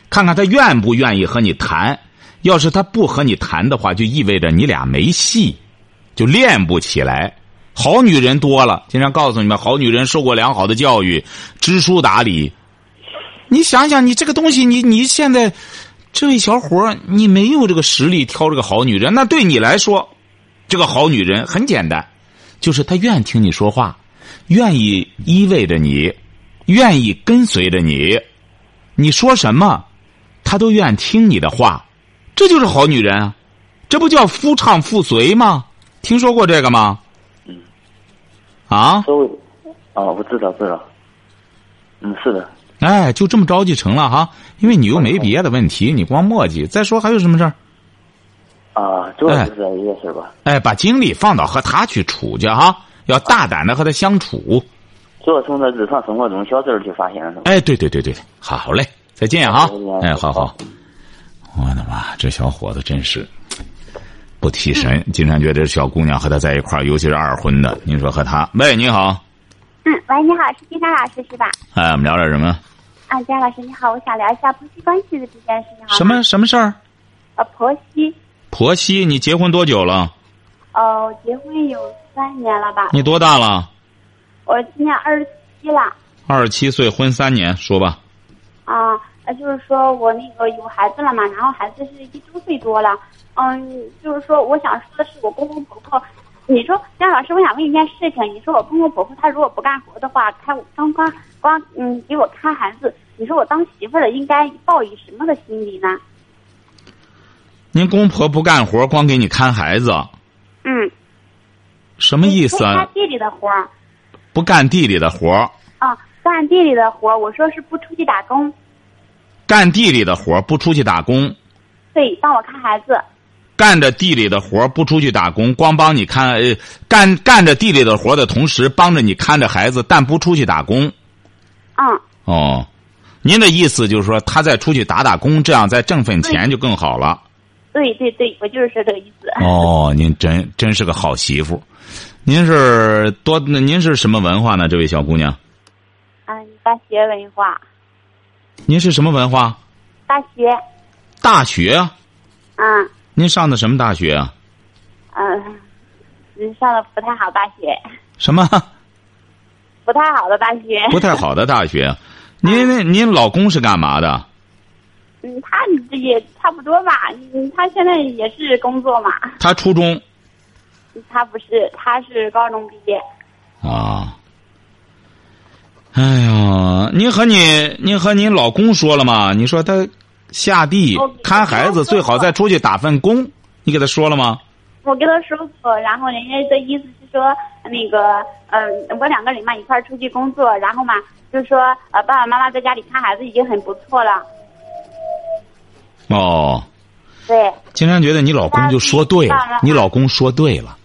[SPEAKER 2] 看看她愿不愿意和你谈。要是她不和你谈的话，就意味着你俩没戏，就练不起来。好女人多了，金山告诉你们，好女人受过良好的教育，知书达理。你想想，你这个东西，你你现在这位小伙儿，你没有这个实力挑这个好女人，那对你来说，这个好女人很简单，就是她愿意听你说话。愿意依偎着你，愿意跟随着你，你说什么，他都愿听你的话，这就是好女人啊！这不叫夫唱妇随吗？听说过这个吗？啊，
[SPEAKER 7] 所谓哦，我知道知道，嗯，是的，
[SPEAKER 2] 哎，就这么着急成了哈，因为你又没别的问题，你光磨叽。再说还有什么事儿？
[SPEAKER 7] 啊，主要就是这一个事儿吧。
[SPEAKER 2] 哎，把精力放到和他去处去哈，要大胆的和他相处。
[SPEAKER 7] 主要从他日常生活中小事儿去发现，是吧？
[SPEAKER 2] 哎，对对对对，好嘞，再见哈
[SPEAKER 7] 好再见。
[SPEAKER 2] 哎，好好。我的妈，这小伙子真是不提神。经常觉得这小姑娘和他在一块儿，尤其是二婚的，您说和他？喂，你好，
[SPEAKER 8] 嗯，喂，你好，是金山老师是吧？
[SPEAKER 2] 哎，我们聊点什么？
[SPEAKER 8] 啊，金山老师你好，我想聊一下婆媳关系的这件事情。好吗
[SPEAKER 2] 什么？什么事儿？
[SPEAKER 8] 呃，婆媳，
[SPEAKER 2] 婆媳，你结婚多久了？
[SPEAKER 8] 呃，结婚有三年了吧？
[SPEAKER 2] 你多大了？
[SPEAKER 8] 我今年二十七了。
[SPEAKER 2] 二十七岁，婚三年，说吧。
[SPEAKER 8] 啊，呃就是说我那个有孩子了嘛，然后孩子是一周岁多了。嗯，就是说我想说的是，我公公婆婆，你说金山老师，我想问一件事情，你说我公公婆婆他如果不干活的话，开我当光光嗯给我看孩子，你说我当媳妇儿的应该抱以什么的心理呢？
[SPEAKER 2] 您公婆不干活，光给你看孩子，
[SPEAKER 8] 嗯，
[SPEAKER 2] 什么意思
[SPEAKER 8] 哎他
[SPEAKER 2] 啊？
[SPEAKER 8] 地里的活儿。
[SPEAKER 2] 不干地里的活儿，
[SPEAKER 8] 啊，干地里的活儿，我说是不出去打工，
[SPEAKER 2] 干地里的活儿不出去打工，
[SPEAKER 8] 对，帮我看孩子。
[SPEAKER 2] 干着地里的活儿不出去打工，光帮你看，呃，干干着地里的活儿的同时，帮着你看着孩子，但不出去打工。
[SPEAKER 8] 嗯，
[SPEAKER 2] 哦，您的意思就是说，他再出去打打工，这样再挣份钱就更好了。
[SPEAKER 8] 对对对，我就是说这个意思。
[SPEAKER 2] 哦，您真真是个好媳妇。您是多，您是什么文化呢？这位小姑娘，
[SPEAKER 8] 嗯，大学文化，
[SPEAKER 2] 您是什么文化？
[SPEAKER 8] 大学，
[SPEAKER 2] 大学啊？
[SPEAKER 8] 嗯
[SPEAKER 2] 您上的什么大学啊？
[SPEAKER 8] 嗯，嗯上的不太好大学，
[SPEAKER 2] 什么
[SPEAKER 8] 不太好的大学。
[SPEAKER 2] 不太好的大学？您您老公是干嘛的？
[SPEAKER 8] 嗯，他也差不多吧，嗯，他现在也是工作嘛，嗯
[SPEAKER 2] 他初中
[SPEAKER 8] 他不是，他是高中毕业。
[SPEAKER 2] 啊，哎呀，您和你，您和您老公说了吗？你说他下地
[SPEAKER 8] 哦
[SPEAKER 2] 看孩子，最好再出去打份工，你给他说了吗？
[SPEAKER 8] 我跟他说过，然后人家的意思是说，那个，嗯、我两个人嘛一块儿出去工作，然后嘛，就说呃爸爸妈妈在家里看孩子已经很不错了，
[SPEAKER 2] 哦，
[SPEAKER 8] 对，
[SPEAKER 2] 金山觉得你老公就说对
[SPEAKER 8] 爸爸
[SPEAKER 2] 了，你老公说对了。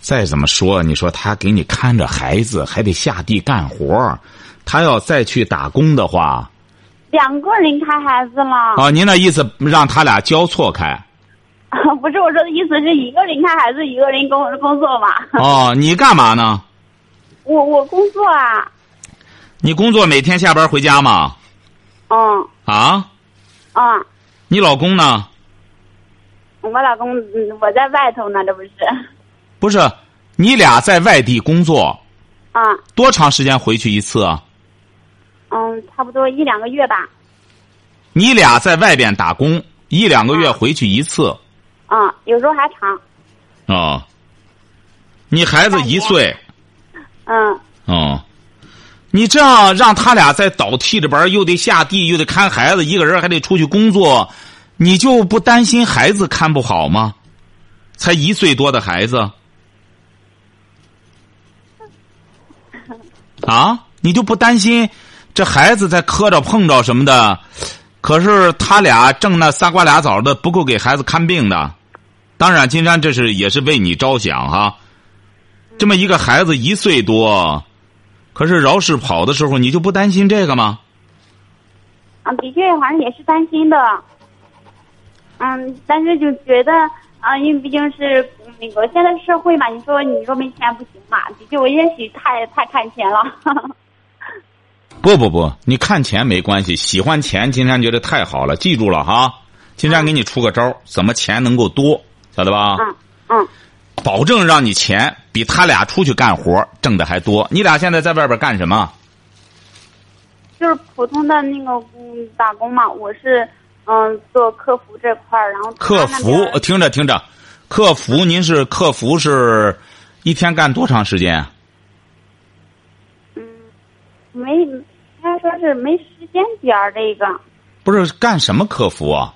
[SPEAKER 2] 再怎么说，你说他给你看着孩子，还得下地干活儿他要再去打工的话，
[SPEAKER 8] 两个人看孩子了。
[SPEAKER 2] 啊，您那意思让他俩交错开？
[SPEAKER 8] 不是我说的意思是一个人看孩子，一个人工工作嘛。
[SPEAKER 2] 哦，你干嘛呢？
[SPEAKER 8] 我我工作啊，
[SPEAKER 2] 你工作每天下班回家吗？
[SPEAKER 8] 嗯
[SPEAKER 2] 啊，
[SPEAKER 8] 嗯，
[SPEAKER 2] 你老公呢？
[SPEAKER 8] 我老公嗯我在外头呢，这不是，
[SPEAKER 2] 不是，你俩在外地工作
[SPEAKER 8] 嗯
[SPEAKER 2] 多长时间回去一次啊？
[SPEAKER 8] 嗯，差不多一两个月吧，
[SPEAKER 2] 你俩在外边打工一两个月回去一次
[SPEAKER 8] 嗯，有时候还长，
[SPEAKER 2] 啊、你孩子一岁
[SPEAKER 8] 嗯
[SPEAKER 2] 哦，你这样让他俩在倒替着班，又得下地，又得看孩子，一个人还得出去工作，你就不担心孩子看不好吗？才一岁多的孩子，啊，你就不担心这孩子在磕着碰着什么的？可是他俩挣那仨瓜俩枣的，不够给孩子看病的。当然，金山这是也是为你着想哈、这么一个孩子一岁多，可是饶是跑的时候，你就不担心这个吗？
[SPEAKER 8] 嗯，的确反正也是担心的，嗯，但是就觉得啊、因为毕竟是嗯那个现在社会嘛，你说你说没钱不行嘛，的确我也许太太看钱了，
[SPEAKER 2] 不不不，你看钱没关系，喜欢钱，金山觉得太好了，记住了哈。金山给你出个招儿，怎么钱能够多，晓得吧？
[SPEAKER 8] 嗯嗯
[SPEAKER 2] 保证让你钱比他俩出去干活儿挣的还多。你俩现在在外边干什么？
[SPEAKER 8] 就是普通的那个嗯打工嘛，我是嗯做客服这块儿，然后
[SPEAKER 2] 客
[SPEAKER 8] 他那
[SPEAKER 2] 服
[SPEAKER 8] 边，
[SPEAKER 2] 呃听着听着，客服，您是客服是，一天干多长时间？啊
[SPEAKER 8] 嗯没，应该说是没时间点儿这个，
[SPEAKER 2] 不是干什么客服啊？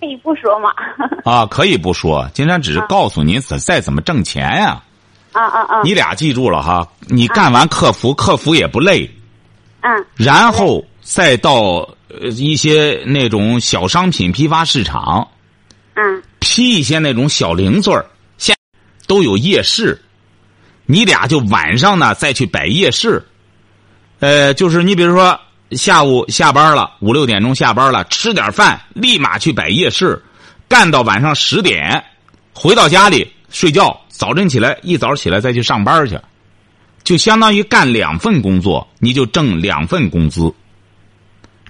[SPEAKER 8] 可以不说嘛，
[SPEAKER 2] 啊，可以不说，金山只
[SPEAKER 8] 嗯
[SPEAKER 2] 是告诉您怎再怎么挣钱呀、
[SPEAKER 8] 啊啊啊，
[SPEAKER 2] 你俩记住了哈，你干完客服，客服也不累，
[SPEAKER 8] 嗯
[SPEAKER 2] 然后再到呃一些那种小商品批发市场
[SPEAKER 8] 嗯
[SPEAKER 2] 批一些那种小零碎儿，现都有夜市，你俩就晚上呢再去摆夜市，呃，就是你比如说下午下班了，五六点钟下班了，吃点饭，立马去摆夜市，干到晚上十点，回到家里睡觉，早晨起来一早起来再去上班去，就相当于干两份工作，你就挣两份工资。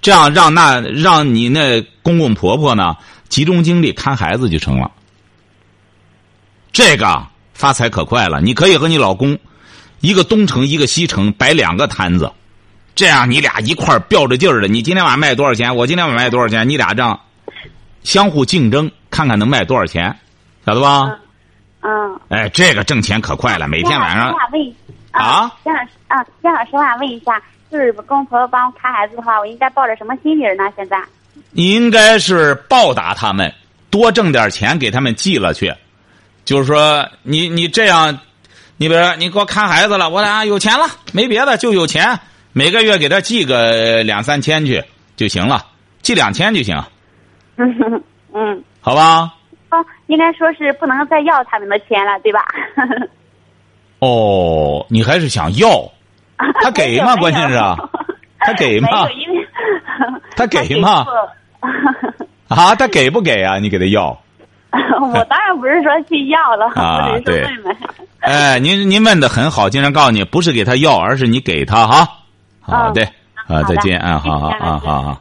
[SPEAKER 2] 这样让那让你那公公婆婆呢集中精力看孩子就成了。这个发财可快了，你可以和你老公一个东城一个西城摆两个摊子，这样你俩一块儿吊着劲儿的，你今天晚上卖多少钱，我今天晚上卖多少钱，你俩这样相互竞争，看看能卖多少钱，晓得吧？
[SPEAKER 8] 嗯，
[SPEAKER 2] 哎，这个挣钱可快了，每天晚
[SPEAKER 8] 我
[SPEAKER 2] 上
[SPEAKER 8] 想问一
[SPEAKER 2] 啊
[SPEAKER 8] 姜老师啊，姜老师，我想问一下，就是公婆婆帮我看孩子的话，我应该抱着什么心理儿呢？现在，
[SPEAKER 2] 你应该是报答他们，多挣点钱给他们寄了去。就是说，你你这样，你比如说你给我看孩子了，我俩有钱了，没别的就有钱，每个月给他寄个两三千去就行了，寄两千就行，
[SPEAKER 8] 嗯嗯，
[SPEAKER 2] 好吧？
[SPEAKER 8] 哦，应该说是不能再要他们的钱了，对吧？
[SPEAKER 2] 哦，你还是想要 他给吗
[SPEAKER 8] 没有
[SPEAKER 2] 关 键是啊他给吗
[SPEAKER 8] 哎没有，因为
[SPEAKER 2] 他给吗
[SPEAKER 8] 他给过
[SPEAKER 2] 啊？他给不给啊？你给他要？
[SPEAKER 8] 我当然不是说去要了，
[SPEAKER 2] 啊
[SPEAKER 8] 我只是问问。
[SPEAKER 2] 哎，您您问的很好，经常告诉你，不是给他要，而是你给他哈。好的，
[SPEAKER 8] 哦好
[SPEAKER 2] 啊，
[SPEAKER 8] 的
[SPEAKER 2] 再见啊，好好
[SPEAKER 8] 谢谢
[SPEAKER 2] 啊，好好。